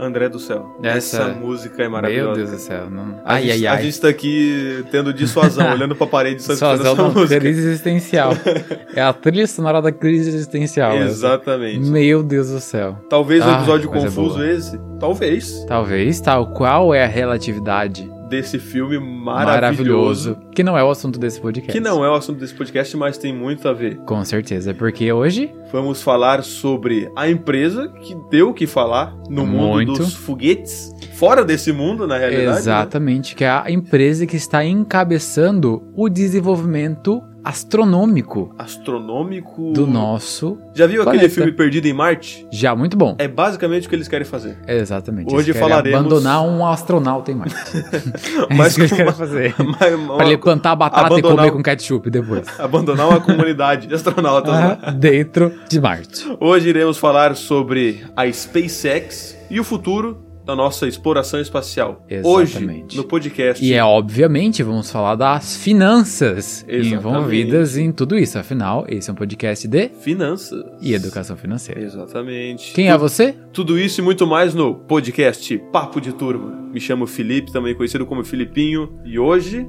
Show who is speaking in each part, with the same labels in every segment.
Speaker 1: André do Céu.
Speaker 2: Essa-
Speaker 1: Essa, música é maravilhosa.
Speaker 2: Meu Deus do céu. Não...
Speaker 1: A
Speaker 2: Ai,
Speaker 1: gente,
Speaker 2: ai,
Speaker 1: A
Speaker 2: ai.
Speaker 1: gente tá aqui tendo dissuasão, olhando pra parede e escutando
Speaker 2: Sozão
Speaker 1: essa
Speaker 2: não,
Speaker 1: música.
Speaker 2: crise existencial. É a trilha sonora da crise existencial. essa.
Speaker 1: Exatamente.
Speaker 2: Meu Deus do céu.
Speaker 1: Talvez
Speaker 2: né? Ah,
Speaker 1: um episódio
Speaker 2: coisa
Speaker 1: confuso
Speaker 2: boa.
Speaker 1: esse. Talvez.
Speaker 2: Talvez tal qual é a relatividade
Speaker 1: Desse filme maravilhoso.
Speaker 2: maravilhoso, que não é o assunto desse podcast.
Speaker 1: Que não é o assunto desse podcast, mas tem muito a ver.
Speaker 2: Com certeza, porque hoje
Speaker 1: Vamos falar sobre a empresa que deu o que falar no
Speaker 2: Muito.
Speaker 1: mundo dos foguetes. Fora desse mundo, na realidade. né?
Speaker 2: exatamente que é a empresa que está encabeçando o desenvolvimento astronômico
Speaker 1: Astronômico.
Speaker 2: do nosso
Speaker 1: Já viu aquele
Speaker 2: planeta.
Speaker 1: filme Perdido em Marte?
Speaker 2: já muito bom.
Speaker 1: É basicamente o que eles querem fazer.
Speaker 2: Exatamente.
Speaker 1: Hoje
Speaker 2: eles querem
Speaker 1: falaremos-
Speaker 2: abandonar um astronauta em Marte. é
Speaker 1: Mas
Speaker 2: isso que
Speaker 1: com uma-
Speaker 2: eles querem fazer.
Speaker 1: Mas-
Speaker 2: Pra ele plantar batata e
Speaker 1: abandonar
Speaker 2: comer
Speaker 1: o-
Speaker 2: com ketchup depois.
Speaker 1: Abandonar uma comunidade de astronautas. né?
Speaker 2: Ah, dentro de Marte.
Speaker 1: Hoje iremos falar sobre a SpaceX e o futuro da nossa exploração espacial.
Speaker 2: Exatamente.
Speaker 1: Hoje, no podcast.
Speaker 2: E é obviamente, vamos falar das finanças
Speaker 1: Exatamente.
Speaker 2: envolvidas em tudo isso. Afinal, esse é um podcast de
Speaker 1: Finanças.
Speaker 2: e educação financeira.
Speaker 1: Exatamente.
Speaker 2: Quem é você?
Speaker 1: Tudo isso e muito mais no podcast Papo de Turma. Me chamo Felipe, também conhecido como Filipinho, e hoje.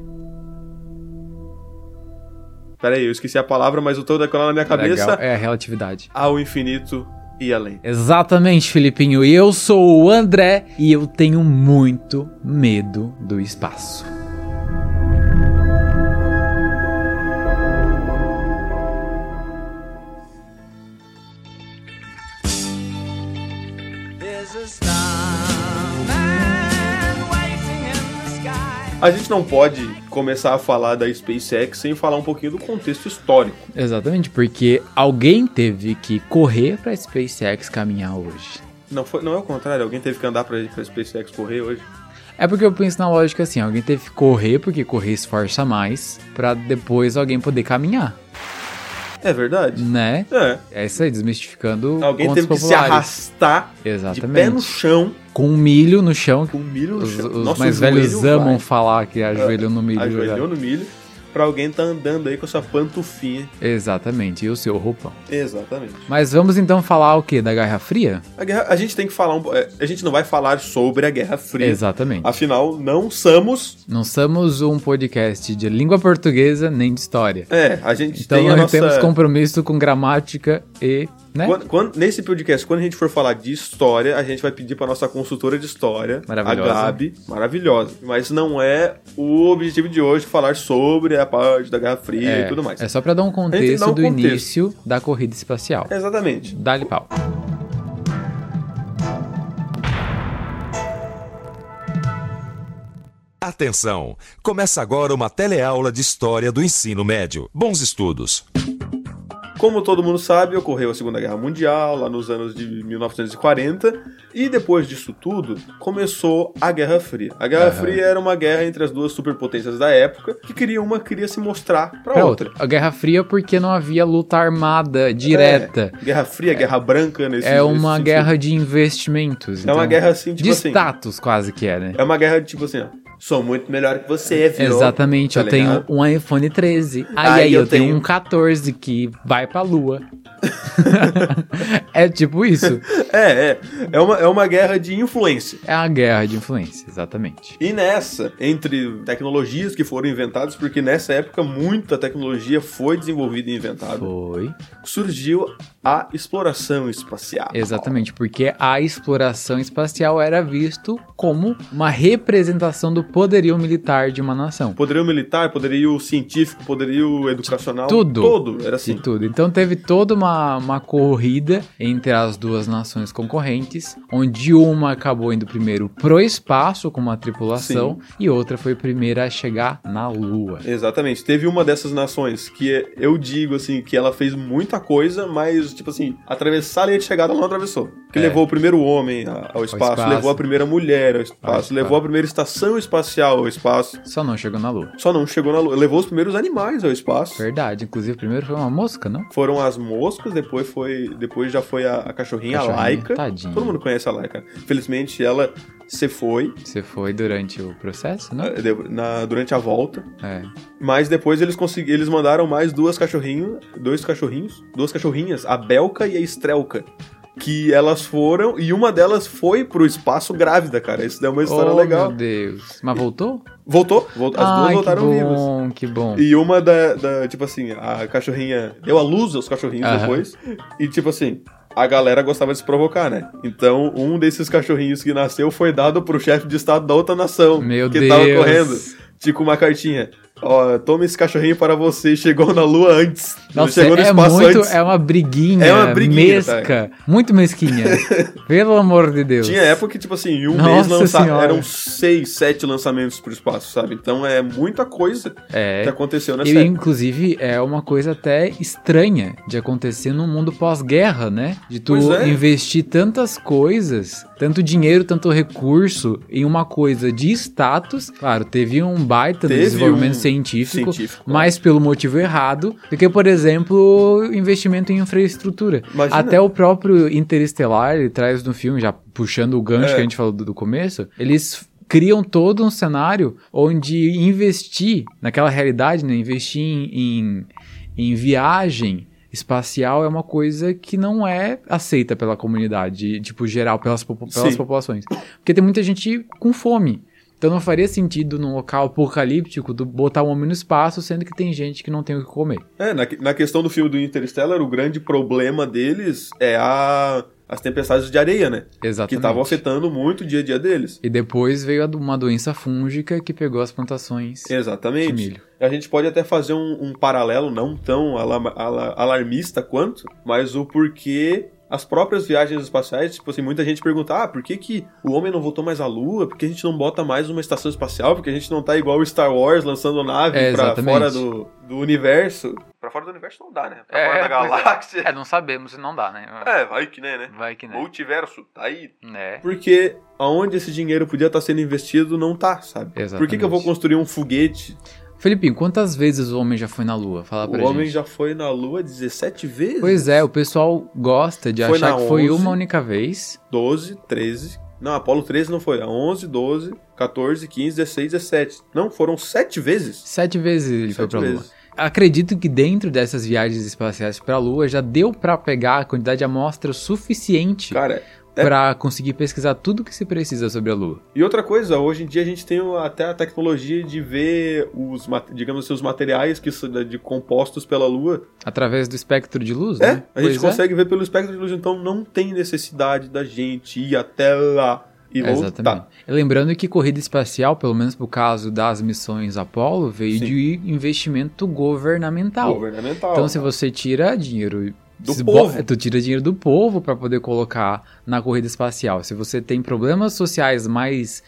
Speaker 1: Peraí, eu esqueci a palavra, mas eu tô com ela na minha cabeça.
Speaker 2: Legal, É a relatividade.
Speaker 1: Ao infinito e além.
Speaker 2: Exatamente, Filipinho. E eu sou o André e eu tenho muito medo do espaço.
Speaker 1: A gente não pode começar a falar da SpaceX sem falar um pouquinho do contexto histórico.
Speaker 2: Exatamente, porque alguém teve que correr pra SpaceX caminhar hoje.
Speaker 1: Não, foi, não é o contrário, alguém teve que andar pra, pra SpaceX correr hoje.
Speaker 2: É porque eu penso na lógica assim, alguém teve que correr porque correr esforça mais pra depois alguém poder caminhar,
Speaker 1: É verdade.
Speaker 2: né?
Speaker 1: É.
Speaker 2: É isso aí, desmistificando
Speaker 1: Alguém
Speaker 2: contos
Speaker 1: teve que se
Speaker 2: populares.
Speaker 1: arrastar de pé no
Speaker 2: Exatamente.
Speaker 1: chão,
Speaker 2: Com um milho no chão, que
Speaker 1: com um milho no
Speaker 2: os,
Speaker 1: chão.
Speaker 2: os
Speaker 1: Nossa,
Speaker 2: mais
Speaker 1: o joelho
Speaker 2: velhos amam
Speaker 1: vai.
Speaker 2: falar que ajoelham no milho.
Speaker 1: ajoelhou no milho, pra alguém tá andando aí com essa pantufinha.
Speaker 2: né? Exatamente, e o seu roupão.
Speaker 1: Exatamente.
Speaker 2: Mas vamos então falar o que? Da Guerra Fria?
Speaker 1: A, guerra- a gente tem que falar um po- é, A gente não vai falar sobre a Guerra Fria.
Speaker 2: Exatamente.
Speaker 1: Afinal, não somos.
Speaker 2: Não somos um podcast de língua portuguesa nem de história.
Speaker 1: É, a gente
Speaker 2: Então
Speaker 1: tem a
Speaker 2: nós
Speaker 1: nossa.
Speaker 2: temos compromisso com gramática e. né?
Speaker 1: Quando- quando- nesse podcast, quando a gente for falar de história, a gente vai pedir pra nossa consultora de história,
Speaker 2: Maravilhosa.
Speaker 1: a Gabi, maravilhosa. Mas não é o objetivo de hoje falar sobre a parte da Guerra Fria e tudo mais.
Speaker 2: é só pra dar um
Speaker 1: tem que
Speaker 2: contexto
Speaker 1: dar um
Speaker 2: do
Speaker 1: contexto.
Speaker 2: início da corrida espacial.
Speaker 1: Exatamente.
Speaker 2: Dá-lhe pau.
Speaker 3: Atenção! Começa agora uma teleaula de História do Ensino Médio. Bons estudos!
Speaker 1: Como todo mundo sabe, ocorreu a Segunda Guerra Mundial, lá nos anos de 1940, e depois disso tudo, começou a Guerra Fria. A Guerra
Speaker 2: Aham.
Speaker 1: Fria era uma guerra entre as duas superpotências da época, que queria uma queria se mostrar pra,
Speaker 2: Pra
Speaker 1: outra.
Speaker 2: outra. A Guerra Fria porque não havia luta armada direta.
Speaker 1: É. Guerra Fria, Guerra Branca nesse
Speaker 2: É,
Speaker 1: nesse
Speaker 2: uma
Speaker 1: sentido.
Speaker 2: guerra de investimentos.
Speaker 1: É uma
Speaker 2: então,
Speaker 1: guerra assim, tipo
Speaker 2: de
Speaker 1: assim.
Speaker 2: status quase que é, né?
Speaker 1: É uma guerra de tipo assim, ó. Sou muito melhor que você, viu?
Speaker 2: Exatamente,
Speaker 1: Tá
Speaker 2: eu tenho
Speaker 1: ligado?
Speaker 2: um iPhone 13. Aí,
Speaker 1: Aí
Speaker 2: aí eu,
Speaker 1: eu
Speaker 2: tenho,
Speaker 1: tenho-
Speaker 2: um 14 que vai pra lua. é tipo isso.
Speaker 1: É, é. É uma, é uma guerra de influência.
Speaker 2: É a guerra de influência, exatamente.
Speaker 1: E nessa, entre tecnologias que foram inventadas, porque nessa época muita tecnologia foi desenvolvida e inventada,
Speaker 2: Foi.
Speaker 1: surgiu a exploração espacial.
Speaker 2: Exatamente, porque a exploração espacial era visto como uma representação do poderio militar de uma nação.
Speaker 1: Poderio militar, poderio científico, poderio educacional.
Speaker 2: Tudo.
Speaker 1: Todo, era
Speaker 2: De
Speaker 1: assim.
Speaker 2: tudo. Então teve toda uma, uma corrida entre as duas nações concorrentes, onde uma acabou indo primeiro pro espaço com uma tripulação e outra foi a primeira a chegar na Lua.
Speaker 1: Exatamente. Teve uma dessas nações que é- eu digo assim que ela fez muita coisa, mas tipo assim, atravessar a linha de chegada ela não atravessou. Que
Speaker 2: É.
Speaker 1: levou o primeiro homem a- ao espaço,
Speaker 2: espaço.
Speaker 1: levou a primeira mulher ao espaço,
Speaker 2: espaço.
Speaker 1: levou a primeira estação espacial ao espaço.
Speaker 2: Só não chegou na Lua.
Speaker 1: Só não chegou na lua, levou os primeiros animais ao espaço.
Speaker 2: Verdade. Inclusive, primeiro foi uma mosca, não?
Speaker 1: Foram as moscas, depois foi, depois já foi a, a cachorrinha, a
Speaker 2: Cachorrinha,
Speaker 1: Laika.
Speaker 2: tadinha.
Speaker 1: Todo mundo conhece a Laika. Felizmente ela se foi
Speaker 2: Você foi durante o processo, não?
Speaker 1: eh, de- na- durante a volta.
Speaker 2: É.
Speaker 1: Mas depois eles conseguiram, eles mandaram mais duas cachorrinhos, dois cachorrinhos, duas cachorrinhas, a Belka e a Estrelka. que elas foram e uma delas foi pro espaço grávida, cara. Isso deu uma história
Speaker 2: oh,
Speaker 1: legal.
Speaker 2: Meu Deus. Mas voltou?
Speaker 1: Voltou, voltou. As duas
Speaker 2: Ai,
Speaker 1: voltaram
Speaker 2: que
Speaker 1: vivas.
Speaker 2: bom, que bom.
Speaker 1: E uma da, da- Tipo assim, a cachorrinha. Deu a luz aos cachorrinhos
Speaker 2: Aham.
Speaker 1: depois. E tipo assim. A galera gostava de se provocar, né? Então, um desses cachorrinhos que nasceu foi dado pro chefe de estado da outra nação.
Speaker 2: Meu
Speaker 1: que
Speaker 2: Deus.
Speaker 1: tava correndo. Tipo, uma cartinha. Ó, toma esse cachorrinho para você. Chegou na lua antes.
Speaker 2: Nossa,
Speaker 1: chegou no
Speaker 2: é
Speaker 1: espaço
Speaker 2: muito,
Speaker 1: antes.
Speaker 2: é uma briguinha,
Speaker 1: É uma briguinha,
Speaker 2: mesca, muito mesquinha. Pelo amor de um Deus.
Speaker 1: Tinha época que, tipo assim, em um mês
Speaker 2: Nossa
Speaker 1: lança...
Speaker 2: Senhora.
Speaker 1: eram seis, sete lançamentos pro espaço, sabe? Então é muita coisa
Speaker 2: É.
Speaker 1: que aconteceu nessa
Speaker 2: E,
Speaker 1: época.
Speaker 2: inclusive, é uma coisa até estranha de acontecer num mundo pós-guerra, né? De tu
Speaker 1: Pois é.
Speaker 2: investir tantas coisas, tanto dinheiro, tanto recurso em uma coisa de status. Claro, teve um baita do
Speaker 1: Teve
Speaker 2: desenvolvimento
Speaker 1: um
Speaker 2: científico,
Speaker 1: científico, claro.
Speaker 2: mas pelo motivo errado, do que, por exemplo, investimento em infraestrutura.
Speaker 1: Imagina.
Speaker 2: Até o próprio Interestelar, ele traz no filme, já puxando o gancho
Speaker 1: É.
Speaker 2: que a gente falou do, do começo, eles criam todo um cenário onde investir naquela realidade, né? Investir em, em, em viagem espacial é uma coisa que não é aceita pela comunidade, tipo, geral, pelas, popu- pelas
Speaker 1: Sim.
Speaker 2: populações. Porque tem muita gente com fome. Então não faria sentido num local apocalíptico do botar um homem no espaço, sendo que tem gente que não tem o que comer.
Speaker 1: É, na, na questão do filme do Interstellar, o grande problema deles é a, as tempestades de areia, né? Que
Speaker 2: Exatamente.
Speaker 1: estavam afetando muito o dia a dia deles.
Speaker 2: E depois veio a do- uma doença fúngica que pegou as plantações de
Speaker 1: Exatamente.
Speaker 2: milho.
Speaker 1: A gente pode até fazer um, um paralelo, não tão ala- ala- alarmista quanto, mas o porquê as próprias viagens espaciais, tipo assim, muita gente pergunta, ah, por que, que o homem não voltou mais à Lua? Por que a gente não bota mais uma estação espacial? Porque a gente não tá igual o Star Wars lançando nave
Speaker 2: É,
Speaker 1: pra
Speaker 2: exatamente.
Speaker 1: fora do, do universo? Pra fora do universo não dá, né? Pra
Speaker 2: É,
Speaker 1: fora da
Speaker 2: pois é.
Speaker 1: galáxia.
Speaker 2: não sabemos se não dá, né?
Speaker 1: É, vai que nem, né?
Speaker 2: Vai que
Speaker 1: Multiverso, tá aí.
Speaker 2: né?
Speaker 1: Porque aonde esse dinheiro podia estar sendo investido, não tá, sabe?
Speaker 2: Exatamente.
Speaker 1: Por que, que eu vou construir um foguete?
Speaker 2: Felipinho, quantas vezes o homem já foi na Lua? Fala pra
Speaker 1: o homem
Speaker 2: gente.
Speaker 1: já foi na Lua 17 vezes.
Speaker 2: Pois é, o pessoal gosta de
Speaker 1: Foi
Speaker 2: achar
Speaker 1: na
Speaker 2: que foi
Speaker 1: 11.
Speaker 2: uma única vez.
Speaker 1: 12, 13. Não, Apolo 13 não foi. A 11, 12, 14, 15, 16, 17. Não, foram 7 vezes.
Speaker 2: Sete vezes ele foi
Speaker 1: Sete
Speaker 2: pra Lua.
Speaker 1: vezes.
Speaker 2: Acredito que dentro dessas viagens espaciais pra Lua já deu pra pegar a quantidade de amostra suficiente
Speaker 1: Cara, é-
Speaker 2: pra conseguir pesquisar tudo que se precisa sobre a Lua.
Speaker 1: E outra coisa, hoje em dia a gente tem até a tecnologia de ver os, ma- digamos assim, os materiais que são de- de compostos pela Lua.
Speaker 2: Através do espectro de luz,
Speaker 1: É,
Speaker 2: né?
Speaker 1: a gente
Speaker 2: Pois
Speaker 1: consegue ver pelo espectro de luz, então não tem necessidade da gente ir até lá e
Speaker 2: Exatamente.
Speaker 1: voltar. Tá.
Speaker 2: Lembrando que corrida espacial, pelo menos pro caso das missões Apollo, veio
Speaker 1: Sim.
Speaker 2: de investimento governamental.
Speaker 1: Governamental.
Speaker 2: Então, se você tira dinheiro
Speaker 1: Do
Speaker 2: se
Speaker 1: povo.
Speaker 2: bo- é, Tu tira dinheiro do povo para poder colocar na corrida espacial. Se você tem problemas sociais mais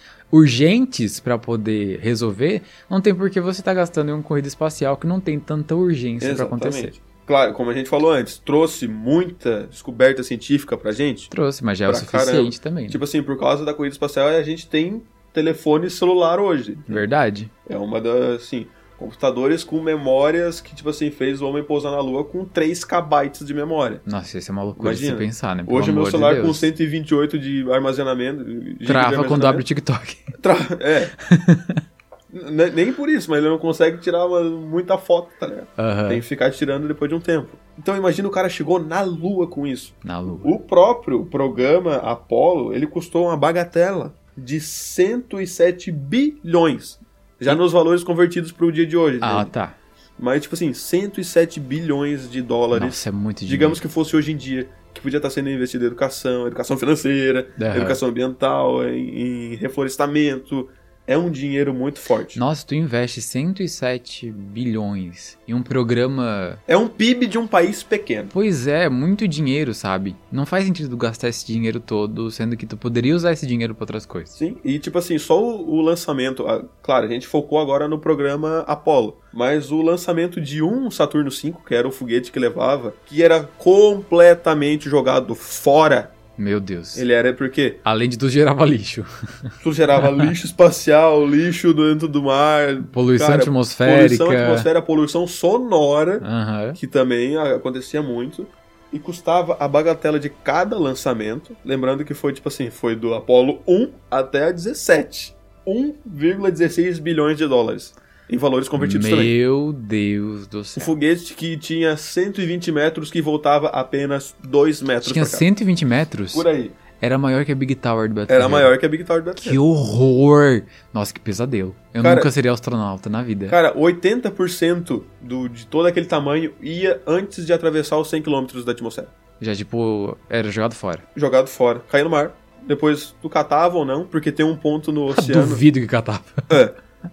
Speaker 2: urgentes para poder resolver, não tem por que você estar gastando em uma corrida espacial que não tem tanta urgência para acontecer.
Speaker 1: Claro, como a gente falou antes, trouxe muita descoberta científica pra gente.
Speaker 2: Trouxe, mas já é o
Speaker 1: Pra
Speaker 2: suficiente
Speaker 1: caramba.
Speaker 2: também. né?
Speaker 1: Tipo assim, por causa da corrida espacial, a gente tem telefone celular hoje.
Speaker 2: Verdade?
Speaker 1: É uma das, assim, computadores com memórias que, tipo assim, fez o homem pousar na Lua com 3 KB de memória.
Speaker 2: Nossa, isso é uma loucura de
Speaker 1: Imagina.
Speaker 2: se pensar, né? Pelo
Speaker 1: Hoje o meu
Speaker 2: amor de
Speaker 1: celular
Speaker 2: Deus.
Speaker 1: com 128 de armazenamento. giga de
Speaker 2: Trava quando
Speaker 1: armazenamento.
Speaker 2: abre o TikTok.
Speaker 1: Tra... É. N- Nem por isso, mas ele não consegue tirar uma- muita foto, tá ligado?
Speaker 2: Aham,
Speaker 1: Tem que ficar tirando depois de um tempo. Então imagina o cara chegou na lua com isso.
Speaker 2: na lua.
Speaker 1: O próprio programa Apollo, ele custou uma bagatela de 107 bilhões. Já nos valores convertidos para o dia de hoje.
Speaker 2: Ah,
Speaker 1: né?
Speaker 2: tá.
Speaker 1: Mas, tipo assim, 107 bilhões de dólares.
Speaker 2: Nossa, é muito dinheiro.
Speaker 1: digamos que fosse hoje em dia, que podia estar sendo investido em educação, educação financeira,
Speaker 2: Aham.
Speaker 1: educação ambiental, em, em reflorestamento. É um dinheiro muito forte.
Speaker 2: Nossa, tu investe 107 bilhões em um programa.
Speaker 1: É um PIB de um país pequeno.
Speaker 2: Pois é, muito dinheiro, sabe? Não faz sentido tu gastar esse dinheiro todo, sendo que tu poderia usar esse dinheiro pra outras coisas.
Speaker 1: Sim, e tipo assim, só o, o lançamento. a- claro, a gente focou agora no programa Apollo, mas o lançamento de um Saturno V, que era o foguete que levava, que era completamente jogado fora.
Speaker 2: Meu Deus.
Speaker 1: Ele era porque
Speaker 2: Além de tu gerava lixo,
Speaker 1: tu gerava lixo espacial, lixo dentro do mar,
Speaker 2: poluição
Speaker 1: Cara,
Speaker 2: atmosférica.
Speaker 1: poluição atmosfera, poluição sonora,
Speaker 2: Aham.
Speaker 1: que também a- acontecia muito. E custava a bagatela de cada lançamento. Lembrando que foi tipo assim, foi um do Apollo 1 até a 17. 1,16 bilhões de dólares. em valores convertidos também.
Speaker 2: Meu Deus do
Speaker 1: Um
Speaker 2: céu.
Speaker 1: foguete que tinha 120 metros que voltava apenas 2 metros
Speaker 2: Tinha
Speaker 1: pra cá.
Speaker 2: 120 metros?
Speaker 1: Por aí.
Speaker 2: Era maior que a Big Tower do Beto
Speaker 1: Era
Speaker 2: Carreiro.
Speaker 1: maior que a Big Tower do Batman.
Speaker 2: Que horror! Nossa, que pesadelo. Eu
Speaker 1: Cara-
Speaker 2: nunca seria astronauta na vida.
Speaker 1: Cara, 80% do, de todo aquele tamanho ia antes de atravessar os 100 km da atmosfera.
Speaker 2: Já, tipo, era jogado fora.
Speaker 1: Jogado fora, caía no mar. Depois tu catava ou não, porque tem um ponto no oceano.
Speaker 2: Ah, Duvido que catava.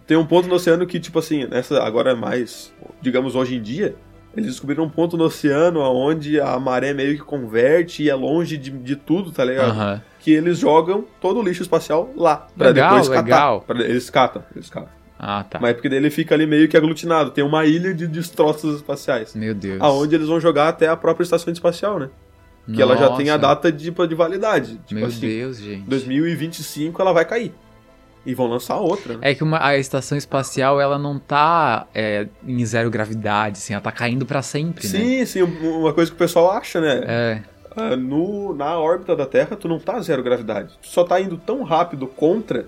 Speaker 1: tem um ponto no oceano que, tipo assim, nessa agora é mais, digamos, hoje em dia, eles descobriram um ponto no oceano onde a maré meio que converte e é longe de, de tudo, tá ligado?
Speaker 2: Aham.
Speaker 1: Que eles jogam todo o lixo espacial lá. Pra
Speaker 2: Legal,
Speaker 1: depois catar.
Speaker 2: legal.
Speaker 1: Pra- eles catam, eles catam.
Speaker 2: Ah, tá.
Speaker 1: Mas é porque daí ele fica ali meio que aglutinado. Tem uma ilha de destroços espaciais.
Speaker 2: Meu Deus.
Speaker 1: aonde eles vão jogar até a própria estação espacial, né? Que ela já tem a
Speaker 2: Nossa.
Speaker 1: data de, de validade. Tipo
Speaker 2: Meu
Speaker 1: assim,
Speaker 2: Deus, gente.
Speaker 1: 2025 ela vai cair. E vão lançar outra, né?
Speaker 2: É que uma- a estação espacial, ela não tá é, em zero gravidade, assim, ela tá caindo pra sempre, né?
Speaker 1: sim, sim, um- uma coisa que o pessoal acha, né?
Speaker 2: É,
Speaker 1: Ah, no, na órbita da Terra, tu não tá zero gravidade. Tu só tá indo tão rápido contra,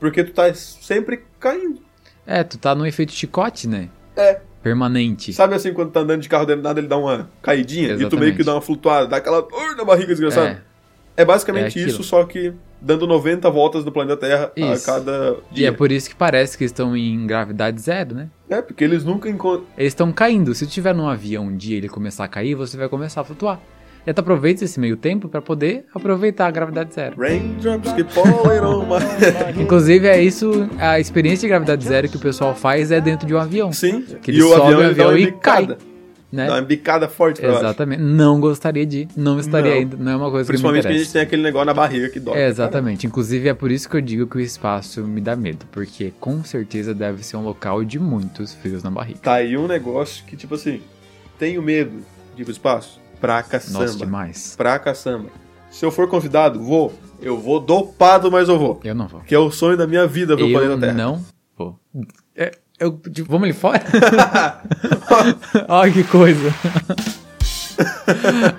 Speaker 1: porque tu tá sempre caindo.
Speaker 2: é, tu tá num efeito chicote, né?
Speaker 1: É.
Speaker 2: Permanente.
Speaker 1: Sabe assim, quando tá andando de carro dentro nada, ele dá uma caidinha e tu meio
Speaker 2: Exatamente.
Speaker 1: que dá uma flutuada, dá aquela dor na barriga desgraçada.
Speaker 2: É.
Speaker 1: É basicamente
Speaker 2: É aquilo.
Speaker 1: isso, só que dando 90 voltas do planeta Terra
Speaker 2: Isso.
Speaker 1: a cada
Speaker 2: E
Speaker 1: dia.
Speaker 2: é por isso que parece que estão em gravidade zero, né?
Speaker 1: É, porque eles nunca encontram.
Speaker 2: Eles estão caindo. Se tu tiver num avião um dia e ele começar a cair, você vai começar a flutuar. E tu aproveita esse meio tempo pra poder aproveitar a gravidade zero.
Speaker 1: Raindrops que fallen on my...
Speaker 2: Inclusive, é isso, a experiência de gravidade zero que o pessoal faz é dentro de um avião,
Speaker 1: Sim,
Speaker 2: Que ele sobe o
Speaker 1: ele dá
Speaker 2: avião
Speaker 1: uma
Speaker 2: e
Speaker 1: então, é bicada.
Speaker 2: né?
Speaker 1: Dá uma bicada forte pra baixo.
Speaker 2: Exatamente. Não gostaria de, ir, não estaria
Speaker 1: Não.
Speaker 2: ainda, não é uma coisa que me
Speaker 1: Principalmente que a gente
Speaker 2: interessa.
Speaker 1: tem aquele negócio na barriga que dói.
Speaker 2: É, exatamente. Inclusive é por isso que eu digo que o espaço me dá medo, porque com certeza deve ser um local de muitos frios na barriga.
Speaker 1: Tá aí um negócio que, tipo assim, tenho medo de ir pro espaço. Pra caçamba.
Speaker 2: Nossa, demais.
Speaker 1: pra caçamba. Se eu for convidado, vou. Eu vou dopado, mas eu vou.
Speaker 2: Eu não vou.
Speaker 1: Que é o sonho da minha vida ver o
Speaker 2: Eu
Speaker 1: planeta Terra.
Speaker 2: não vou. É, eu, tipo, vamos ali fora? Olha que coisa.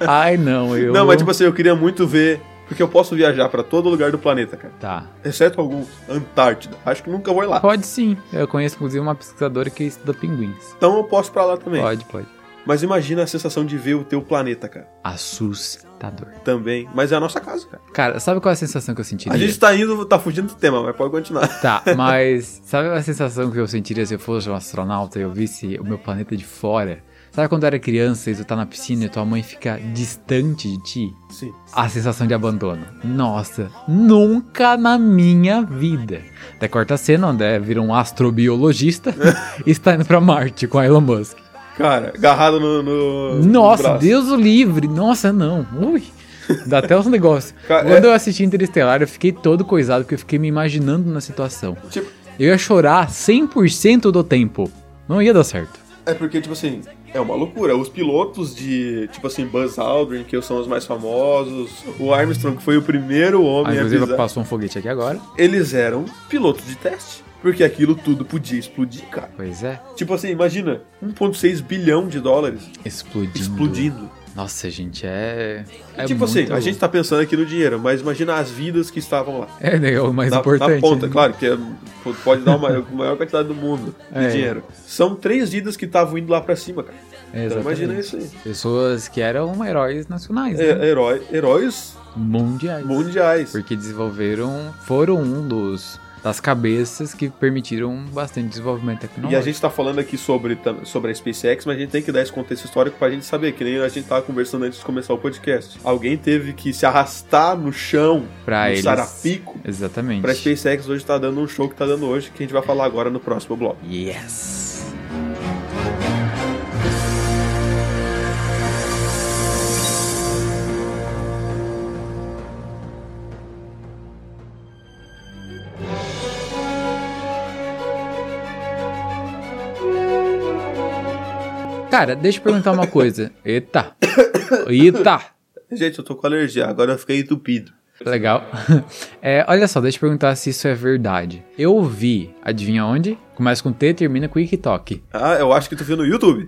Speaker 2: Ai, não, eu...
Speaker 1: Não, mas tipo assim, eu queria muito ver. Porque eu posso viajar pra todo lugar do planeta, cara.
Speaker 2: Tá.
Speaker 1: Exceto alguns. Antártida. Acho que nunca vou ir lá.
Speaker 2: Pode sim. Eu conheço, inclusive, uma pesquisadora que estuda pinguins.
Speaker 1: Então eu posso ir pra lá também.
Speaker 2: Pode, pode.
Speaker 1: Mas imagina a sensação de ver o teu planeta, cara.
Speaker 2: Assustador.
Speaker 1: Também. Mas é a nossa casa, cara.
Speaker 2: Cara, sabe qual é a sensação que eu sentiria?
Speaker 1: A gente tá indo, tá fugindo do tema, mas pode continuar.
Speaker 2: Tá, mas sabe a sensação que eu sentiria se eu fosse um astronauta e eu visse o meu planeta de fora? Sabe quando eu era criança e tu tá na piscina e tua mãe fica distante de ti?
Speaker 1: Sim.
Speaker 2: A sensação de abandono. Nossa, nunca na minha vida. Até corta a cena, onde é, vira um astrobiologista e está indo pra Marte com a Elon Musk.
Speaker 1: Cara, agarrado no. no- no
Speaker 2: Nossa,
Speaker 1: braço.
Speaker 2: Deus o livre. Nossa, não. Ui. Dá até uns negócios.
Speaker 1: Ca-
Speaker 2: Quando eu assisti Interestelar, eu fiquei todo coisado, porque eu fiquei me imaginando na situação.
Speaker 1: Tipo,
Speaker 2: Eu ia chorar 100% do tempo. Não ia dar certo.
Speaker 1: é porque, tipo assim, é uma loucura. Os pilotos de, tipo assim, Buzz Aldrin, que são os mais famosos, o Armstrong, que foi o primeiro
Speaker 2: Ah,
Speaker 1: homem a
Speaker 2: inclusive,
Speaker 1: pisar.
Speaker 2: passou um foguete aqui agora.
Speaker 1: Eles eram pilotos de teste. Porque aquilo tudo podia explodir, cara.
Speaker 2: Pois é.
Speaker 1: Tipo assim, imagina, 1,6 bilhão de dólares
Speaker 2: Explodindo.
Speaker 1: explodindo.
Speaker 2: Nossa, gente, é. é
Speaker 1: tipo
Speaker 2: muito...
Speaker 1: assim, a gente tá pensando aqui no dinheiro, mas imagina as vidas que estavam lá.
Speaker 2: É, né, é o mais
Speaker 1: na,
Speaker 2: importante.
Speaker 1: na ponta,
Speaker 2: né?
Speaker 1: claro, que é- pode dar uma- a maior quantidade do mundo de
Speaker 2: É.
Speaker 1: dinheiro. São três vidas que estavam indo lá pra cima, cara.
Speaker 2: É,
Speaker 1: Então
Speaker 2: exatamente.
Speaker 1: imagina isso aí.
Speaker 2: Pessoas que eram heróis nacionais, né?
Speaker 1: É, herói- heróis
Speaker 2: Mundiais.
Speaker 1: mundiais.
Speaker 2: Porque desenvolveram. Foram um dos. Das cabeças que permitiram bastante desenvolvimento
Speaker 1: E a
Speaker 2: tecnológico.
Speaker 1: gente tá falando aqui sobre, tam- sobre a SpaceX, mas a gente tem que dar esse contexto histórico pra gente saber, que nem a gente tava conversando antes de começar o podcast. Alguém teve que se arrastar no chão,
Speaker 2: Pra
Speaker 1: no
Speaker 2: eles.
Speaker 1: sarapico,
Speaker 2: Exatamente.
Speaker 1: pra SpaceX hoje tá dando um show que tá dando hoje, que a gente vai falar agora no próximo bloco.
Speaker 2: Yes! Cara, deixa eu perguntar uma coisa. Eita! Eita!
Speaker 1: Gente, eu tô com alergia, agora eu fiquei entupido.
Speaker 2: Legal. É, olha só, deixa eu perguntar se isso é verdade. Eu ouvi, adivinha onde? Começa com T, termina com TikTok.
Speaker 1: Ah, eu acho que tu viu no YouTube.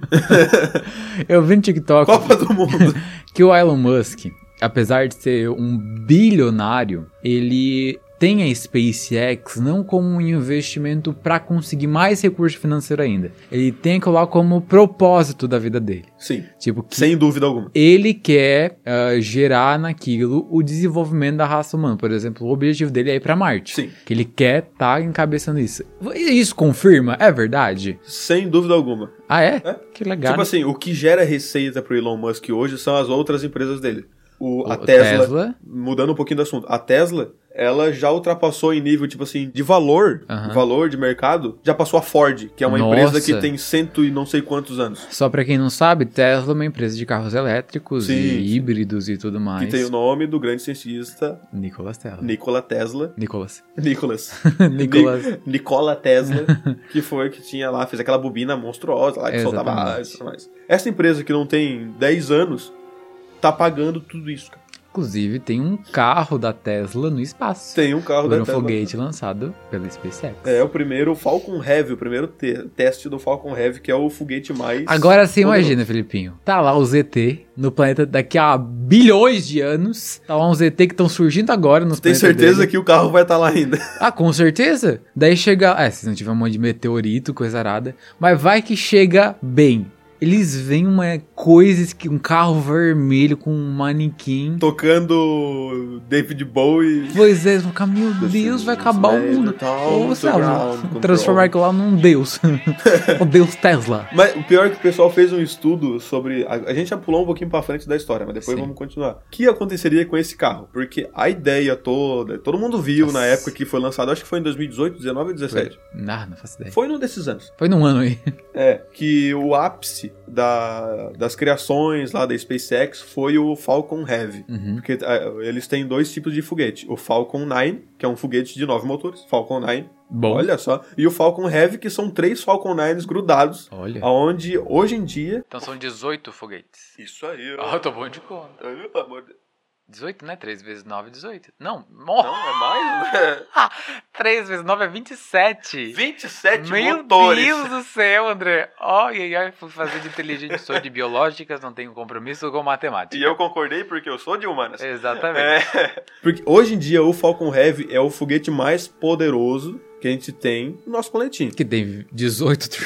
Speaker 2: Eu vi no TikTok
Speaker 1: Copa do Mundo.
Speaker 2: que o Elon Musk, apesar de ser um bilionário, ele tem a SpaceX não como um investimento para conseguir mais recurso financeiro ainda. Ele tem que colocar como propósito da vida dele.
Speaker 1: Sim.
Speaker 2: Tipo, que
Speaker 1: Sem dúvida alguma.
Speaker 2: ele quer ah, gerar naquilo o desenvolvimento da raça humana. Por exemplo, o objetivo dele é ir para Marte.
Speaker 1: Sim.
Speaker 2: Que ele quer estar encabeçando isso. Isso confirma? É verdade?
Speaker 1: Sem dúvida alguma.
Speaker 2: Ah, é?
Speaker 1: É.
Speaker 2: Que legal.
Speaker 1: Tipo
Speaker 2: né?
Speaker 1: assim, o que gera receita pro Elon Musk hoje são as outras empresas dele. O, assim, a
Speaker 2: O
Speaker 1: Tesla, mudando um pouquinho do assunto, a Tesla, ela já ultrapassou em nível, tipo assim, de valor,
Speaker 2: Aham.
Speaker 1: valor de mercado, já passou a Ford, que é uma
Speaker 2: Nossa.
Speaker 1: empresa que tem cento e não sei quantos anos.
Speaker 2: Só pra quem não sabe, Tesla é uma empresa de carros elétricos
Speaker 1: Sim, sim.
Speaker 2: e híbridos e tudo mais.
Speaker 1: Que tem o nome do grande cientista
Speaker 2: Nicolas Tesla.
Speaker 1: Nikola Tesla.
Speaker 2: Nicolas.
Speaker 1: Nicholas.
Speaker 2: Nicolas.
Speaker 1: Ni- Nikola Tesla, que foi que tinha lá, fez aquela bobina monstruosa lá que soltava
Speaker 2: Exatamente.
Speaker 1: as e tudo mais. Essa empresa que não tem 10 anos tá pagando tudo isso. cara.
Speaker 2: Inclusive, tem um carro da Tesla no espaço.
Speaker 1: Tem um carro
Speaker 2: Por
Speaker 1: da
Speaker 2: um
Speaker 1: Tesla.
Speaker 2: foguete lançado pela SpaceX.
Speaker 1: É o primeiro Falcon Heavy, o primeiro te- teste do Falcon Heavy, que é o foguete mais.
Speaker 2: Agora você
Speaker 1: poderoso.
Speaker 2: imagina, Felipinho. Tá lá o ZT no planeta daqui a bilhões de anos. Tá lá um ZT que estão surgindo agora nos
Speaker 1: Tem
Speaker 2: planetas
Speaker 1: certeza
Speaker 2: dele.
Speaker 1: que o carro vai estar lá ainda.
Speaker 2: Ah, com certeza. Daí chega. É, se não tiver um monte de meteorito, coisa arada. Mas vai que chega bem. Eles veem uma coisa, que- um carro vermelho com um manequim.
Speaker 1: Tocando David Bowie.
Speaker 2: Pois é, eles vão ficar, meu Deus, vai acabar o mundo. Ou sei lá, vão transformar aquilo lá num deus. o deus Tesla.
Speaker 1: Mas o pior é que o pessoal fez um estudo sobre. A, a gente já pulou um pouquinho pra frente da história, mas depois
Speaker 2: Sim.
Speaker 1: vamos continuar. O que aconteceria com esse carro? Porque a ideia toda, todo mundo viu na
Speaker 2: Nossa.
Speaker 1: época que foi lançado, acho que foi em 2018, 19 ou 17.
Speaker 2: Ah, não faço ideia.
Speaker 1: Foi num desses anos.
Speaker 2: Foi num ano aí.
Speaker 1: É, que o ápice da- das criações lá da SpaceX foi o Falcon Heavy.
Speaker 2: Uhum.
Speaker 1: Porque ah, eles têm dois tipos de foguete. O Falcon 9, que é um foguete de nove motores. Falcon 9,
Speaker 2: Bom.
Speaker 1: olha só. E o Falcon Heavy, que são três Falcon 9s grudados.
Speaker 2: Olha.
Speaker 1: Onde, hoje em dia...
Speaker 2: Então são 18 foguetes.
Speaker 1: Isso aí. Tá
Speaker 2: Ah, eu tô bom de conta. 18, né? 3 vezes 9 é 18. Não, morra!
Speaker 1: é mais...
Speaker 2: 3 vezes 9 é 27.
Speaker 1: 27
Speaker 2: Meu Deus do céu, André. Olha, ai, ai, fui fazer de inteligente, sou de biológicas, não tenho compromisso com matemática.
Speaker 1: eu concordei porque eu sou de humanas.
Speaker 2: Exatamente.
Speaker 1: É. Porque hoje em dia o Falcon Heavy é o foguete mais poderoso que a gente tem no nosso planetinho.
Speaker 2: É. Que tem 18 tri-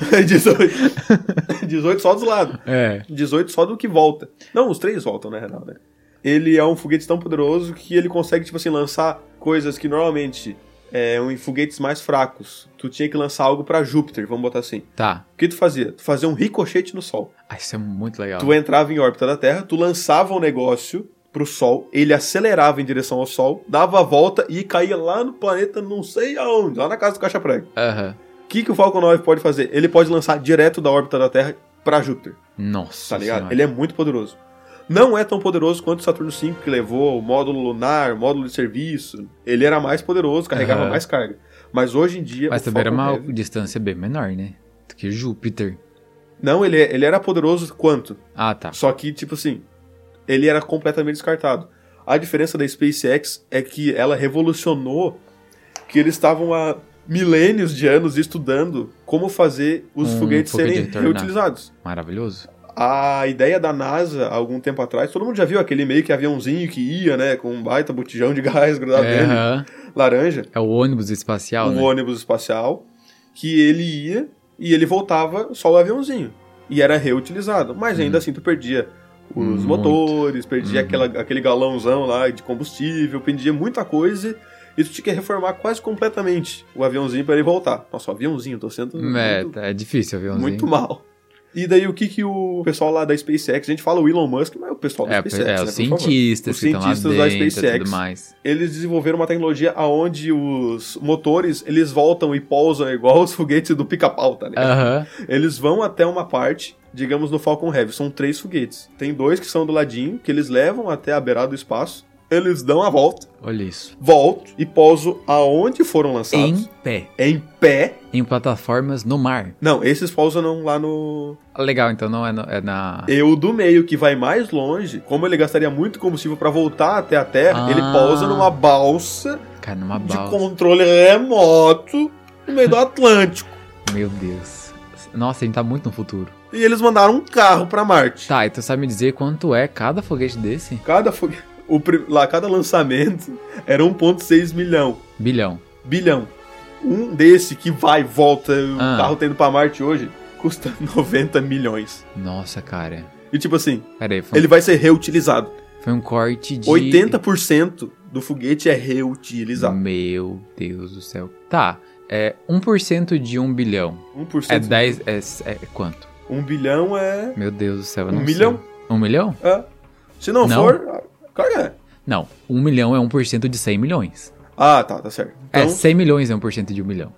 Speaker 1: 18. 18 só dos lados.
Speaker 2: É.
Speaker 1: 18 só do que volta. Não, os três voltam, né, Renato? Ele é um foguete tão poderoso que ele consegue, tipo assim, lançar coisas que normalmente é, em foguetes mais fracos. Tu tinha que lançar algo pra Júpiter, vamos botar assim.
Speaker 2: Tá.
Speaker 1: O que tu fazia? Tu fazia um ricochete no Sol.
Speaker 2: Ah, isso é muito legal.
Speaker 1: Tu entrava em órbita da Terra, tu lançava um negócio pro Sol, ele acelerava em direção ao Sol, dava a volta e caía lá no planeta não sei aonde, lá na casa do Caixa Prego.
Speaker 2: Aham.
Speaker 1: O que, que o Falcon 9 pode fazer? Ele pode lançar direto da órbita da Terra pra Júpiter,
Speaker 2: Nossa.
Speaker 1: tá ligado?
Speaker 2: Senhora.
Speaker 1: Ele é muito poderoso. Não é tão poderoso quanto o Saturno V, que levou o módulo lunar, o módulo de serviço. Ele era mais poderoso, carregava
Speaker 2: Aham.
Speaker 1: mais carga. Mas hoje em dia.
Speaker 2: Mas
Speaker 1: o
Speaker 2: também era
Speaker 1: Falcon
Speaker 2: uma
Speaker 1: Heavy-
Speaker 2: distância bem menor, né? Do que Júpiter.
Speaker 1: Não, ele, é, ele era poderoso quanto?
Speaker 2: Ah, tá.
Speaker 1: Só que, tipo assim, ele era completamente descartado. A diferença da SpaceX é que ela revolucionou que eles estavam há milênios de anos estudando como fazer os
Speaker 2: Um
Speaker 1: foguetes
Speaker 2: foguete
Speaker 1: serem
Speaker 2: retornar.
Speaker 1: reutilizados.
Speaker 2: Maravilhoso.
Speaker 1: A ideia da NASA, há algum tempo atrás, todo mundo já viu aquele meio que aviãozinho que ia, né, com um baita botijão de gás grudado
Speaker 2: É,
Speaker 1: nele,
Speaker 2: aham.
Speaker 1: laranja,
Speaker 2: É o ônibus espacial,
Speaker 1: um
Speaker 2: né?
Speaker 1: ônibus espacial, que ele ia e ele voltava só o aviãozinho. E era reutilizado. Mas ainda assim, tu perdia os
Speaker 2: Uhum. Muito.
Speaker 1: motores, perdia
Speaker 2: Uhum.
Speaker 1: aquela, aquele galãozão lá de combustível, perdia muita coisa. E tu tinha que reformar quase completamente o aviãozinho pra ele voltar. Nossa, o aviãozinho, tô sendo
Speaker 2: É,
Speaker 1: muito,
Speaker 2: tá- é difícil, aviãozinho.
Speaker 1: muito mal. E daí o que que o pessoal lá da SpaceX, a gente fala o Elon Musk, mas o pessoal da
Speaker 2: É,
Speaker 1: SpaceX,
Speaker 2: é,
Speaker 1: né,
Speaker 2: os
Speaker 1: por favor
Speaker 2: cientistas
Speaker 1: Os
Speaker 2: que estão lá
Speaker 1: cientistas da
Speaker 2: dentro e
Speaker 1: SpaceX.
Speaker 2: tudo mais.
Speaker 1: eles desenvolveram uma tecnologia aonde os motores eles voltam e pousam igual os foguetes do pica-pau, tá ligado?
Speaker 2: Aham.
Speaker 1: Eles vão até uma parte, digamos no Falcon Heavy, são três foguetes. Tem dois que são do ladinho, que eles levam até a beirada do espaço, eles dão a volta,
Speaker 2: Olha isso.
Speaker 1: voltam e pousam aonde foram
Speaker 2: Em
Speaker 1: lançados.
Speaker 2: pé.
Speaker 1: Em pé.
Speaker 2: Em plataformas no mar.
Speaker 1: Não, esses pousam não lá no.
Speaker 2: Ah, Legal, então não é, no- é na.
Speaker 1: E o do meio, que vai mais longe, como ele gastaria muito combustível pra voltar até a Terra,
Speaker 2: Ah.
Speaker 1: ele pousa numa balsa
Speaker 2: Cara, numa
Speaker 1: de
Speaker 2: balsa.
Speaker 1: controle remoto no meio do Atlântico.
Speaker 2: Meu Deus. Nossa, a gente tá muito no futuro.
Speaker 1: E eles mandaram um carro pra Marte.
Speaker 2: Tá, então sabe me dizer quanto é cada foguete desse?
Speaker 1: Cada foguete. o, pri- lá cada lançamento era 1.6 milhão,
Speaker 2: Bilhão.
Speaker 1: bilhão. Um desse que vai e volta, o
Speaker 2: Ah.
Speaker 1: carro tá indo pra Marte hoje, custa 90 milhões.
Speaker 2: Nossa, cara.
Speaker 1: E tipo assim,
Speaker 2: Peraí, foi, um-
Speaker 1: ele vai ser reutilizado.
Speaker 2: foi um corte de.
Speaker 1: 80% do foguete é reutilizado.
Speaker 2: Meu Deus do céu. Tá. É 1% de 1 bilhão.
Speaker 1: 1%.
Speaker 2: É 10. É, é quanto?
Speaker 1: 1 bilhão é.
Speaker 2: Meu Deus do céu. eu
Speaker 1: Um
Speaker 2: não sei.
Speaker 1: milhão?
Speaker 2: Um milhão?
Speaker 1: é. Se não,
Speaker 2: Não.
Speaker 1: for. Claro que é.
Speaker 2: Não. 1 milhão é 1% de 100 milhões.
Speaker 1: Ah, tá, tá certo. Então,
Speaker 2: é 100 milhões é 1% de 1 milhão.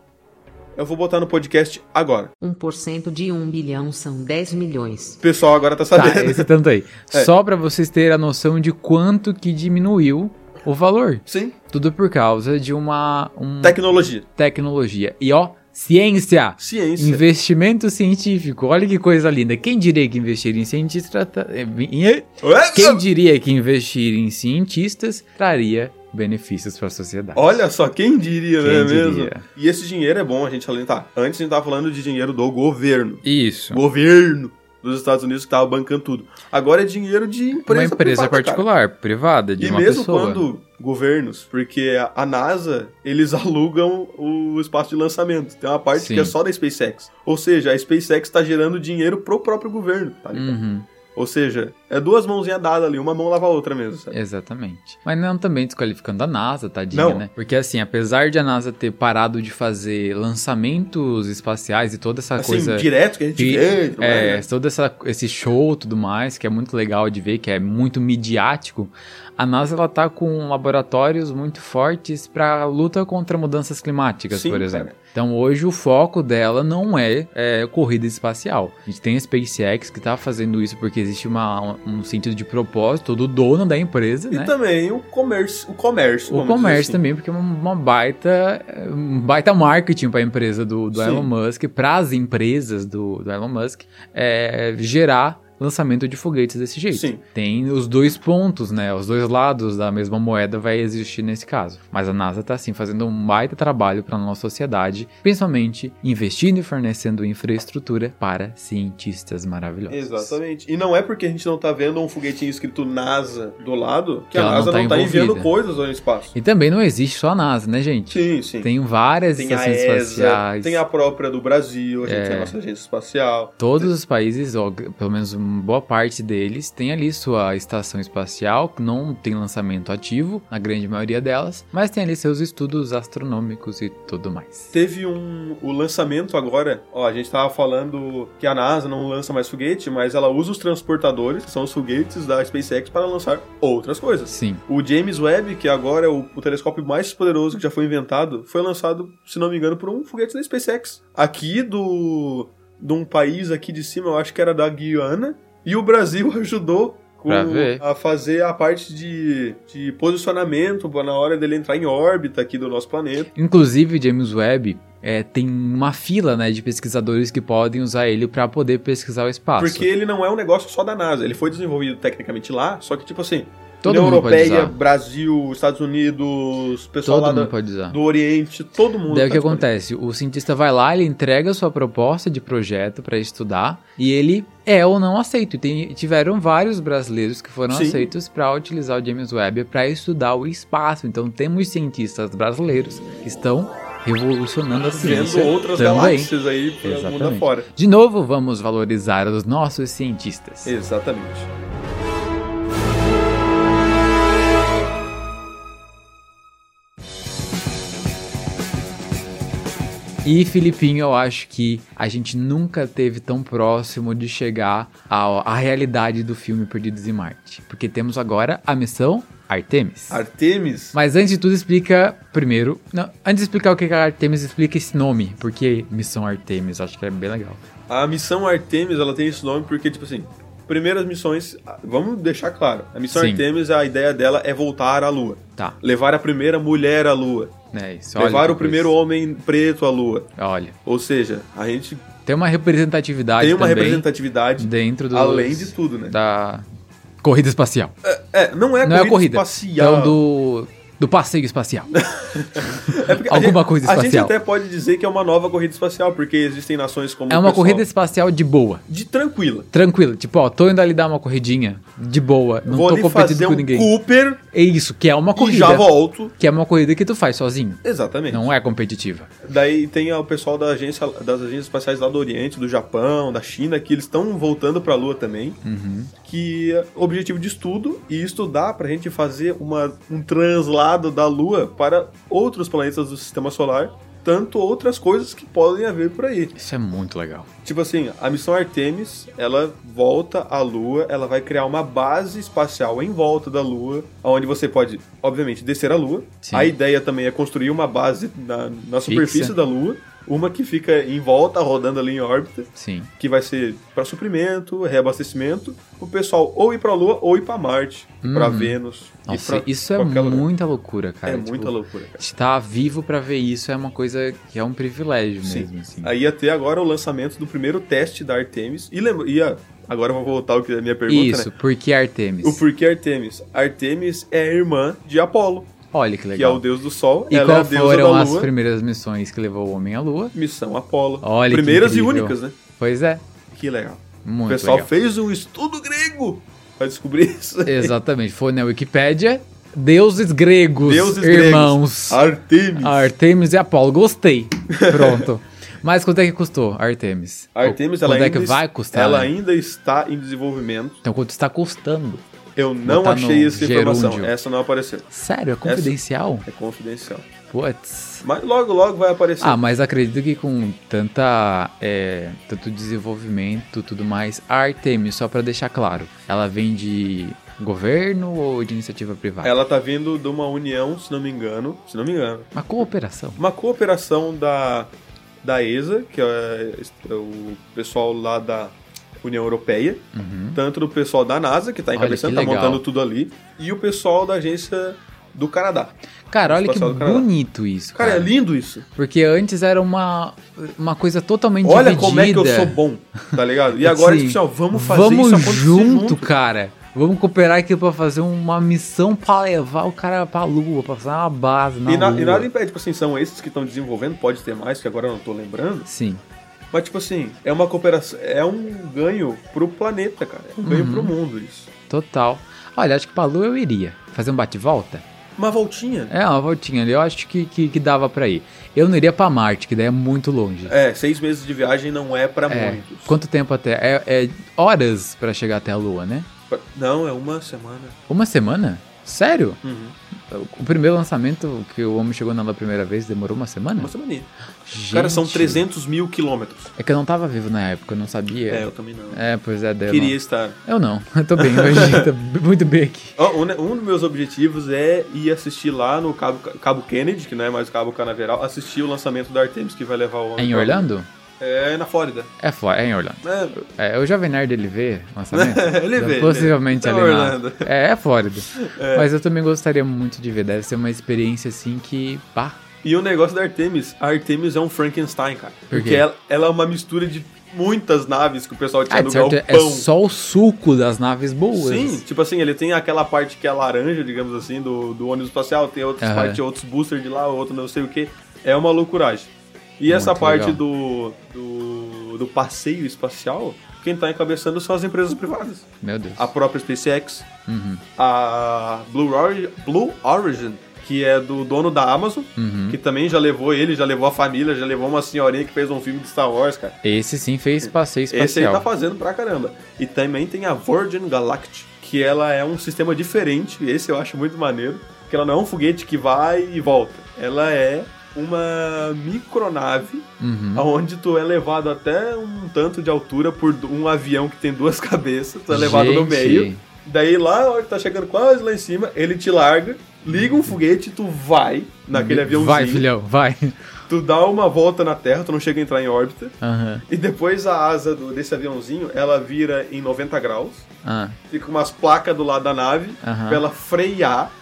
Speaker 1: eu vou botar no podcast agora.
Speaker 4: 1% de 1 bilhão são 10 milhões.
Speaker 1: O pessoal agora tá
Speaker 2: Tá,
Speaker 1: sabendo.
Speaker 2: esse tanto aí.
Speaker 1: É.
Speaker 2: Só pra vocês terem a noção de quanto que diminuiu o valor.
Speaker 1: Sim.
Speaker 2: Tudo por causa de uma, um-
Speaker 1: Tecnologia.
Speaker 2: tecnologia. E ó, ciência!
Speaker 1: Ciência.
Speaker 2: Investimento científico. Olha que coisa linda. Quem diria que investir em cientistas... trata- em-
Speaker 1: Ué,
Speaker 2: eh? Quem diria que investir em cientistas traria benefícios para a sociedade?
Speaker 1: Olha só, quem diria,
Speaker 2: Quem
Speaker 1: né
Speaker 2: diria?
Speaker 1: mesmo? E esse dinheiro é bom a gente salientar. Antes a gente tava falando de dinheiro do governo.
Speaker 2: Isso.
Speaker 1: Governo dos Estados Unidos que tava bancando tudo. Agora é dinheiro de empresa
Speaker 2: uma empresa
Speaker 1: privada, cara.
Speaker 2: particular, privada, de
Speaker 1: E
Speaker 2: uma
Speaker 1: mesmo
Speaker 2: pessoa.
Speaker 1: quando governos, porque a- a NASA, eles alugam o espaço de lançamento. Tem uma parte
Speaker 2: Sim.
Speaker 1: que é só da SpaceX. Ou seja, a SpaceX tá gerando dinheiro pro próprio governo, tá ligado?
Speaker 2: Uhum,
Speaker 1: Ou seja, é duas mãozinhas dadas ali, uma mão lava a outra mesmo, sabe?
Speaker 2: exatamente. Mas não é um também desqualificando a NASA, tadinha,
Speaker 1: Não.
Speaker 2: né? Porque assim, apesar de a NASA ter parado de fazer lançamentos espaciais e toda essa
Speaker 1: assim,
Speaker 2: coisa...
Speaker 1: direto que a gente
Speaker 2: Que-
Speaker 1: vê. e tudo
Speaker 2: É,
Speaker 1: mais, né?
Speaker 2: todo essa, esse show e tudo mais, que é muito legal de ver, que é muito midiático. A NASA ela tá com laboratórios muito fortes para luta contra mudanças climáticas,
Speaker 1: Sim,
Speaker 2: por
Speaker 1: cara.
Speaker 2: exemplo. Então hoje o foco dela não é, é, corrida espacial. A gente tem a SpaceX que tá fazendo isso porque existe uma- um sentido de propósito do dono da empresa,
Speaker 1: E
Speaker 2: né?
Speaker 1: também o comércio. O comércio,
Speaker 2: O
Speaker 1: Então, vamos dizer
Speaker 2: comércio
Speaker 1: assim.
Speaker 2: também, porque é uma baita, um baita marketing para a empresa do, do
Speaker 1: Sim.
Speaker 2: Elon Musk, para as empresas do, do Elon Musk, é, gerar lançamento de foguetes desse jeito.
Speaker 1: Sim.
Speaker 2: Tem os dois pontos, né? Os dois lados da mesma moeda vai existir nesse caso. Mas a NASA tá, assim, fazendo um baita trabalho para nossa sociedade, principalmente investindo e fornecendo infraestrutura para cientistas maravilhosos.
Speaker 1: Exatamente. E não é porque a gente não tá vendo um foguetinho escrito NASA do lado que,
Speaker 2: Que
Speaker 1: a
Speaker 2: ela
Speaker 1: NASA
Speaker 2: não
Speaker 1: não
Speaker 2: tá
Speaker 1: tá, enviando
Speaker 2: envolvida.
Speaker 1: coisas ao espaço.
Speaker 2: E também não existe só a NASA, né, gente?
Speaker 1: Sim, sim.
Speaker 2: Tem várias
Speaker 1: Tem a
Speaker 2: estações
Speaker 1: ESA,
Speaker 2: espaciais.
Speaker 1: tem a própria do Brasil, a gente
Speaker 2: É.
Speaker 1: tem a nossa agência espacial.
Speaker 2: Todos os países, ou pelo menos uma boa parte deles, tem ali sua estação espacial, que não tem lançamento ativo, na grande maioria delas, mas tem ali seus estudos astronômicos e tudo mais.
Speaker 1: Teve um o lançamento agora, ó, a gente tava falando que a NASA não lança mais foguete, mas ela usa os transportadores, que são os foguetes da SpaceX para lançar outras coisas.
Speaker 2: Sim,
Speaker 1: O James Webb, que agora é o, o telescópio mais poderoso que já foi inventado, foi lançado, se não me engano, por um foguete da SpaceX. Aqui do de um país aqui de cima, eu acho que era da Guiana, e o Brasil ajudou com-
Speaker 2: Pra ver.
Speaker 1: a fazer a parte de, de posicionamento pô, na hora dele entrar em órbita aqui do nosso planeta.
Speaker 2: Inclusive, James Webb é, tem uma fila né, de pesquisadores que podem usar ele para poder pesquisar o espaço.
Speaker 1: Porque ele não é um negócio só da NASA, ele foi desenvolvido tecnicamente lá, só que tipo assim,
Speaker 2: todo mundo pode
Speaker 1: Europeia,
Speaker 2: usar.
Speaker 1: Brasil, Estados Unidos, pessoal
Speaker 2: Todo
Speaker 1: lá
Speaker 2: mundo
Speaker 1: da-
Speaker 2: pode usar.
Speaker 1: do Oriente, todo mundo.
Speaker 2: Daí o
Speaker 1: tá
Speaker 2: que
Speaker 1: disponível.
Speaker 2: acontece? O cientista vai lá, ele entrega a sua proposta de projeto para estudar e ele é ou não aceito. E tem- tiveram vários brasileiros que foram
Speaker 1: Sim.
Speaker 2: aceitos para utilizar o James Webb para estudar o espaço. Então temos cientistas brasileiros que estão revolucionando a ciência
Speaker 1: Ah, vendo outras
Speaker 2: também.
Speaker 1: galáxias aí pelo mundo
Speaker 2: Exatamente.
Speaker 1: afora.
Speaker 2: De novo, vamos valorizar os nossos cientistas.
Speaker 1: Exatamente.
Speaker 2: E Filipinho, eu acho que a gente nunca teve tão próximo de chegar ao- à realidade do filme Perdidos em Marte, porque temos agora a missão Artemis.
Speaker 1: Artemis?
Speaker 2: Mas antes de tudo, explica primeiro. Não, antes de explicar o que é a Artemis, explica esse nome, porque Missão Artemis, acho que é bem legal.
Speaker 1: A missão Artemis, ela tem esse nome porque, tipo assim, primeiras missões, ah, vamos deixar claro, a missão
Speaker 2: Sim.
Speaker 1: Artemis, a ideia dela é voltar à Lua.
Speaker 2: Tá,
Speaker 1: Levar a primeira mulher à Lua.
Speaker 2: é isso.
Speaker 1: levar
Speaker 2: que
Speaker 1: o primeiro
Speaker 2: coisa.
Speaker 1: homem preto à Lua.
Speaker 2: Olha,
Speaker 1: Ou seja, a gente
Speaker 2: tem uma representatividade
Speaker 1: tem uma
Speaker 2: também
Speaker 1: representatividade
Speaker 2: dentro do
Speaker 1: além de tudo, né?
Speaker 2: da corrida espacial.
Speaker 1: É, não é
Speaker 2: não é a corrida.
Speaker 1: espacial.
Speaker 2: Então, do do passeio espacial.
Speaker 1: É porque a
Speaker 2: Alguma
Speaker 1: gente-
Speaker 2: coisa
Speaker 1: A gente
Speaker 2: espacial.
Speaker 1: até pode dizer que é uma nova corrida espacial, porque existem nações como.
Speaker 2: É
Speaker 1: o
Speaker 2: uma
Speaker 1: pessoal
Speaker 2: corrida espacial de boa.
Speaker 1: de tranquila.
Speaker 2: Tranquila, tipo, ó, tô indo ali dar uma corridinha de boa, não
Speaker 1: Vou
Speaker 2: tô
Speaker 1: ali
Speaker 2: competindo
Speaker 1: fazer
Speaker 2: com
Speaker 1: um
Speaker 2: ninguém.
Speaker 1: Cooper
Speaker 2: É isso, que é uma
Speaker 1: e
Speaker 2: corrida.
Speaker 1: já volto.
Speaker 2: Que é uma corrida que tu faz sozinho.
Speaker 1: Exatamente.
Speaker 2: Não é competitiva.
Speaker 1: Daí tem o pessoal da agência, das agências espaciais lá do Oriente, do Japão, da China, que eles estão voltando pra Lua também.
Speaker 2: Uhum.
Speaker 1: Que é o objetivo de estudo e estudar pra gente fazer uma, um translado da Lua para outros planetas do sistema solar, tanto outras coisas que podem haver por aí.
Speaker 2: Isso é muito legal.
Speaker 1: Tipo assim, a missão Artemis, ela volta à Lua, ela vai criar uma base espacial em volta da Lua, onde você pode, obviamente, descer a Lua.
Speaker 2: Sim.
Speaker 1: A ideia também é construir uma base na, na superfície
Speaker 2: Fixa.
Speaker 1: da Lua, uma que fica em volta, rodando ali em órbita,
Speaker 2: Sim.
Speaker 1: que vai ser para suprimento, reabastecimento, o pessoal ou ir para a Lua ou ir para Marte, pra para Vênus. ir
Speaker 2: Uhum. Nossa,
Speaker 1: pra
Speaker 2: isso é
Speaker 1: qualquer lugar.
Speaker 2: muita loucura, cara.
Speaker 1: É
Speaker 2: Tipo,
Speaker 1: muita loucura, cara.
Speaker 2: Estar vivo pra ver isso é uma coisa que é um privilégio mesmo, assim.
Speaker 1: Aí ia ter agora o lançamento do primeiro teste da Artemis. E lembra. E, ah, agora eu vou voltar ao que é a minha pergunta,
Speaker 2: isso,
Speaker 1: né?
Speaker 2: porque Artemis.
Speaker 1: O porquê Artemis? Artemis é a irmã de Apolo,
Speaker 2: Olha que
Speaker 1: que é
Speaker 2: legal.
Speaker 1: o deus do sol.
Speaker 2: E
Speaker 1: ela é a
Speaker 2: qual
Speaker 1: deusa
Speaker 2: foram
Speaker 1: da
Speaker 2: as
Speaker 1: lua.
Speaker 2: primeiras missões que levou o homem à lua?
Speaker 1: Missão Apolo.
Speaker 2: Olha que
Speaker 1: Primeiras e
Speaker 2: incrível.
Speaker 1: únicas, né?
Speaker 2: Pois é,
Speaker 1: Que legal.
Speaker 2: muito
Speaker 1: o pessoal
Speaker 2: legal.
Speaker 1: fez um estudo grego pra descobrir isso. aí.
Speaker 2: Exatamente, foi na Wikipédia. Deuses gregos,
Speaker 1: Deuses
Speaker 2: irmãos.
Speaker 1: gregos. Artemis.
Speaker 2: Artemis e Apolo, gostei. Pronto. Mas quanto é que custou Artemis?
Speaker 1: Artemis,
Speaker 2: quanto
Speaker 1: ela
Speaker 2: é que
Speaker 1: ainda,
Speaker 2: vai custar?
Speaker 1: ela
Speaker 2: né?
Speaker 1: ainda está em desenvolvimento.
Speaker 2: Então quanto está custando?
Speaker 1: Eu não
Speaker 2: Botar
Speaker 1: achei
Speaker 2: no
Speaker 1: essa informação.
Speaker 2: gerúndio.
Speaker 1: Essa não apareceu.
Speaker 2: Sério, é confidencial?
Speaker 1: É confidencial.
Speaker 2: Putz.
Speaker 1: Mas logo, logo vai aparecer.
Speaker 2: Ah, mas acredito que com tanta, é, tanto desenvolvimento, tudo mais, a Artemis, só pra deixar claro, ela vem de governo ou de iniciativa privada?
Speaker 1: Ela tá vindo de uma união, se não me engano, se não me engano,
Speaker 2: Uma cooperação.
Speaker 1: uma cooperação da da ESA, que é o pessoal lá da União Europeia, tanto do pessoal da NASA que tá
Speaker 2: Uhum. Olha,
Speaker 1: encabeçando,
Speaker 2: que
Speaker 1: tá
Speaker 2: legal.
Speaker 1: montando tudo ali, e o pessoal da agência do Canadá.
Speaker 2: Cara, olha que
Speaker 1: Espacial do Canadá.
Speaker 2: bonito isso.
Speaker 1: Cara, é
Speaker 2: Cara,
Speaker 1: lindo isso.
Speaker 2: Porque antes era uma, uma coisa totalmente
Speaker 1: Olha
Speaker 2: dividida.
Speaker 1: como é que eu sou bom, tá ligado? E agora
Speaker 2: Sim.
Speaker 1: tipo assim, ó, vamos fazer
Speaker 2: Vamos
Speaker 1: isso acontecer
Speaker 2: junto,
Speaker 1: junto.
Speaker 2: cara. Vamos cooperar aqui pra fazer uma missão pra levar o cara pra lua, pra fazer uma base na
Speaker 1: E, na-
Speaker 2: lua.
Speaker 1: e nada impede, tipo assim, são esses que estão desenvolvendo, pode ter mais, que agora eu não tô lembrando.
Speaker 2: Sim.
Speaker 1: Mas, tipo assim, é uma cooperação. É um ganho pro planeta, cara. É um
Speaker 2: Uhum.
Speaker 1: ganho pro mundo isso.
Speaker 2: Total. Olha, acho que pra Lua eu iria. Fazer um bate-volta?
Speaker 1: Uma voltinha.
Speaker 2: É, uma voltinha ali. Eu acho que, que, que dava pra ir. Eu não iria pra Marte, que daí é muito longe.
Speaker 1: É, seis meses de viagem não é pra
Speaker 2: É,
Speaker 1: muitos.
Speaker 2: Quanto tempo até? É, é horas pra chegar até a Lua, né?
Speaker 1: Pra- Não, é uma semana.
Speaker 2: Uma semana? Sério?
Speaker 1: Uhum.
Speaker 2: O primeiro lançamento que o homem chegou na Lua a primeira vez demorou uma semana?
Speaker 1: Uma semaninha.
Speaker 2: Gente.
Speaker 1: Cara, são 300 mil quilômetros.
Speaker 2: É que eu não tava vivo na época, eu não sabia.
Speaker 1: É, eu também não.
Speaker 2: É, pois é, daí eu
Speaker 1: Queria
Speaker 2: não-
Speaker 1: estar.
Speaker 2: Eu não, eu tô bem hoje, tô b- muito bem aqui.
Speaker 1: Ó, Um, um dos meus objetivos é ir assistir lá no Cabo, Cabo Kennedy, que não é mais Cabo Canaveral, assistir o lançamento da Artemis que vai levar o
Speaker 2: É
Speaker 1: homem
Speaker 2: em
Speaker 1: pra-
Speaker 2: Orlando?
Speaker 1: É, na Flórida.
Speaker 2: É, Flo- é em Orlando.
Speaker 1: É,
Speaker 2: É, o Jovem Nerd ele vê o lançamento?
Speaker 1: Ele vê,
Speaker 2: Possivelmente
Speaker 1: né?
Speaker 2: ali
Speaker 1: É
Speaker 2: na-
Speaker 1: Orlando.
Speaker 2: É, é Flórida. Mas eu também gostaria muito de ver, deve ser uma experiência assim que... Pá,
Speaker 1: E o negócio da Artemis, a Artemis é um Frankenstein, cara. Porque
Speaker 2: quê?
Speaker 1: ela, ela é uma mistura de muitas naves que o pessoal tinha
Speaker 2: ah,
Speaker 1: do
Speaker 2: de certo, é
Speaker 1: galpão.
Speaker 2: só o suco das naves boas.
Speaker 1: Sim, tipo assim, ele tem aquela parte que é laranja, digamos assim, do, do ônibus espacial, tem outras
Speaker 2: Aham.
Speaker 1: partes, outros boosters de lá, outro não sei o que. É uma loucuragem. E essa
Speaker 2: Muito
Speaker 1: parte
Speaker 2: legal.
Speaker 1: do, do, do passeio espacial, quem tá encabeçando são as empresas privadas.
Speaker 2: Meu Deus.
Speaker 1: A própria SpaceX,
Speaker 2: Uhum.
Speaker 1: a Blue, Ori- Blue Origin, que é do dono da Amazon,
Speaker 2: Uhum.
Speaker 1: que também já levou ele, já levou a família, já levou uma senhorinha que fez um filme de Star Wars, cara.
Speaker 2: Esse sim fez passeio espacial.
Speaker 1: Esse aí tá fazendo pra caramba. E também tem a Virgin Galactic, que ela é um sistema diferente, esse eu acho muito maneiro, que ela não é um foguete que vai e volta. Ela é uma micronave
Speaker 2: Uhum. Hum.
Speaker 1: onde tu é levado até um tanto de altura por um avião que tem duas cabeças, tu é levado no
Speaker 2: Gente.
Speaker 1: meio. Daí lá, a hora que tá chegando quase lá em cima, ele te larga, liga um foguete, tu vai naquele aviãozinho,
Speaker 2: Vai, filhão, vai.
Speaker 1: tu dá uma volta na Terra, tu não chega a entrar em órbita.
Speaker 2: Aham.
Speaker 1: E depois a asa do- desse aviãozinho, ela vira em 90 graus,
Speaker 2: Ah,
Speaker 1: fica umas placas do lado da nave,
Speaker 2: Aham.
Speaker 1: pra ela frear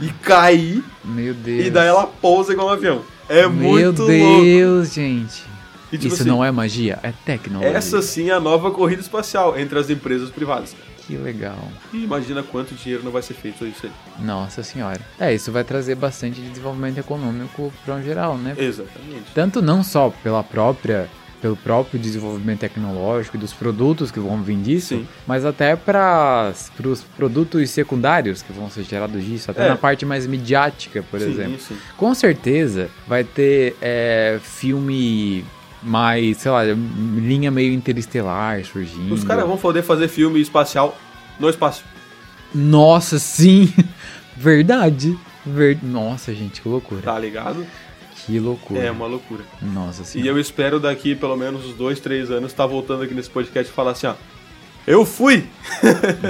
Speaker 1: e cair,
Speaker 2: meu Deus.
Speaker 1: e daí ela pousa igual um avião. É
Speaker 2: Meu
Speaker 1: muito louco.
Speaker 2: Deus, gente.
Speaker 1: E, tipo
Speaker 2: Isso
Speaker 1: assim,
Speaker 2: não é magia, é tecnologia.
Speaker 1: Essa sim é a nova corrida espacial entre as empresas privadas. cara.
Speaker 2: Que legal.
Speaker 1: E imagina quanto dinheiro não vai ser feito isso aí.
Speaker 2: Nossa senhora. É, isso vai trazer bastante desenvolvimento econômico para um geral, né?
Speaker 1: Exatamente.
Speaker 2: Tanto não só pela própria pelo próprio desenvolvimento tecnológico e dos produtos que vão vir disso,
Speaker 1: Sim.
Speaker 2: mas até para os produtos secundários que vão ser gerados disso, até
Speaker 1: É.
Speaker 2: na parte mais midiática, por
Speaker 1: sim,
Speaker 2: exemplo.
Speaker 1: Sim.
Speaker 2: Com certeza vai ter é, filme mais, sei lá, linha meio interestelar surgindo.
Speaker 1: Os caras vão poder fazer filme espacial no espaço.
Speaker 2: Nossa, sim! Verdade! Ver- Nossa, gente, que loucura.
Speaker 1: Tá ligado?
Speaker 2: Que loucura.
Speaker 1: É uma loucura.
Speaker 2: Nossa senhora.
Speaker 1: E eu espero daqui pelo menos uns dois, três anos estar voltando aqui nesse podcast e falar assim, ó. Eu fui!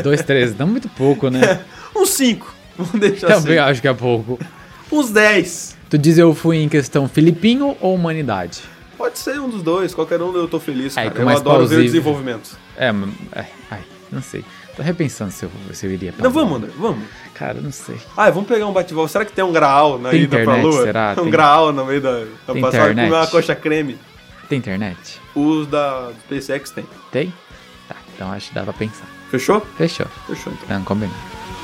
Speaker 2: Dois, três, não muito pouco, né?
Speaker 1: Uns cinco. Vamos deixar
Speaker 2: Também
Speaker 1: assim.
Speaker 2: acho que é pouco.
Speaker 1: Uns dez.
Speaker 2: Tu diz eu fui em questão filipinho ou humanidade?
Speaker 1: Pode ser um dos dois, qualquer um eu tô feliz,
Speaker 2: É,
Speaker 1: cara.
Speaker 2: que é
Speaker 1: eu
Speaker 2: mais
Speaker 1: adoro ver
Speaker 2: plausível.
Speaker 1: o desenvolvimento.
Speaker 2: É, mas- é, ai, não sei. Tô repensando se eu, se eu iria pra
Speaker 1: Então
Speaker 2: Lua.
Speaker 1: vamos, André, vamos.
Speaker 2: Cara, não sei.
Speaker 1: Ah, vamos pegar um bate-volta. Será que tem um graal na
Speaker 2: Tem
Speaker 1: ida pra
Speaker 2: internet,
Speaker 1: lua?
Speaker 2: será?
Speaker 1: Um
Speaker 2: Tem-
Speaker 1: graal no meio da. da
Speaker 2: Tem
Speaker 1: passagem com uma
Speaker 2: internet?
Speaker 1: coxa creme.
Speaker 2: Tem internet?
Speaker 1: Os da SpaceX tem.
Speaker 2: Tem? Tá, então acho que dá pra pensar.
Speaker 1: Fechou?
Speaker 2: Fechou.
Speaker 1: Fechou então.
Speaker 2: Não, combinado.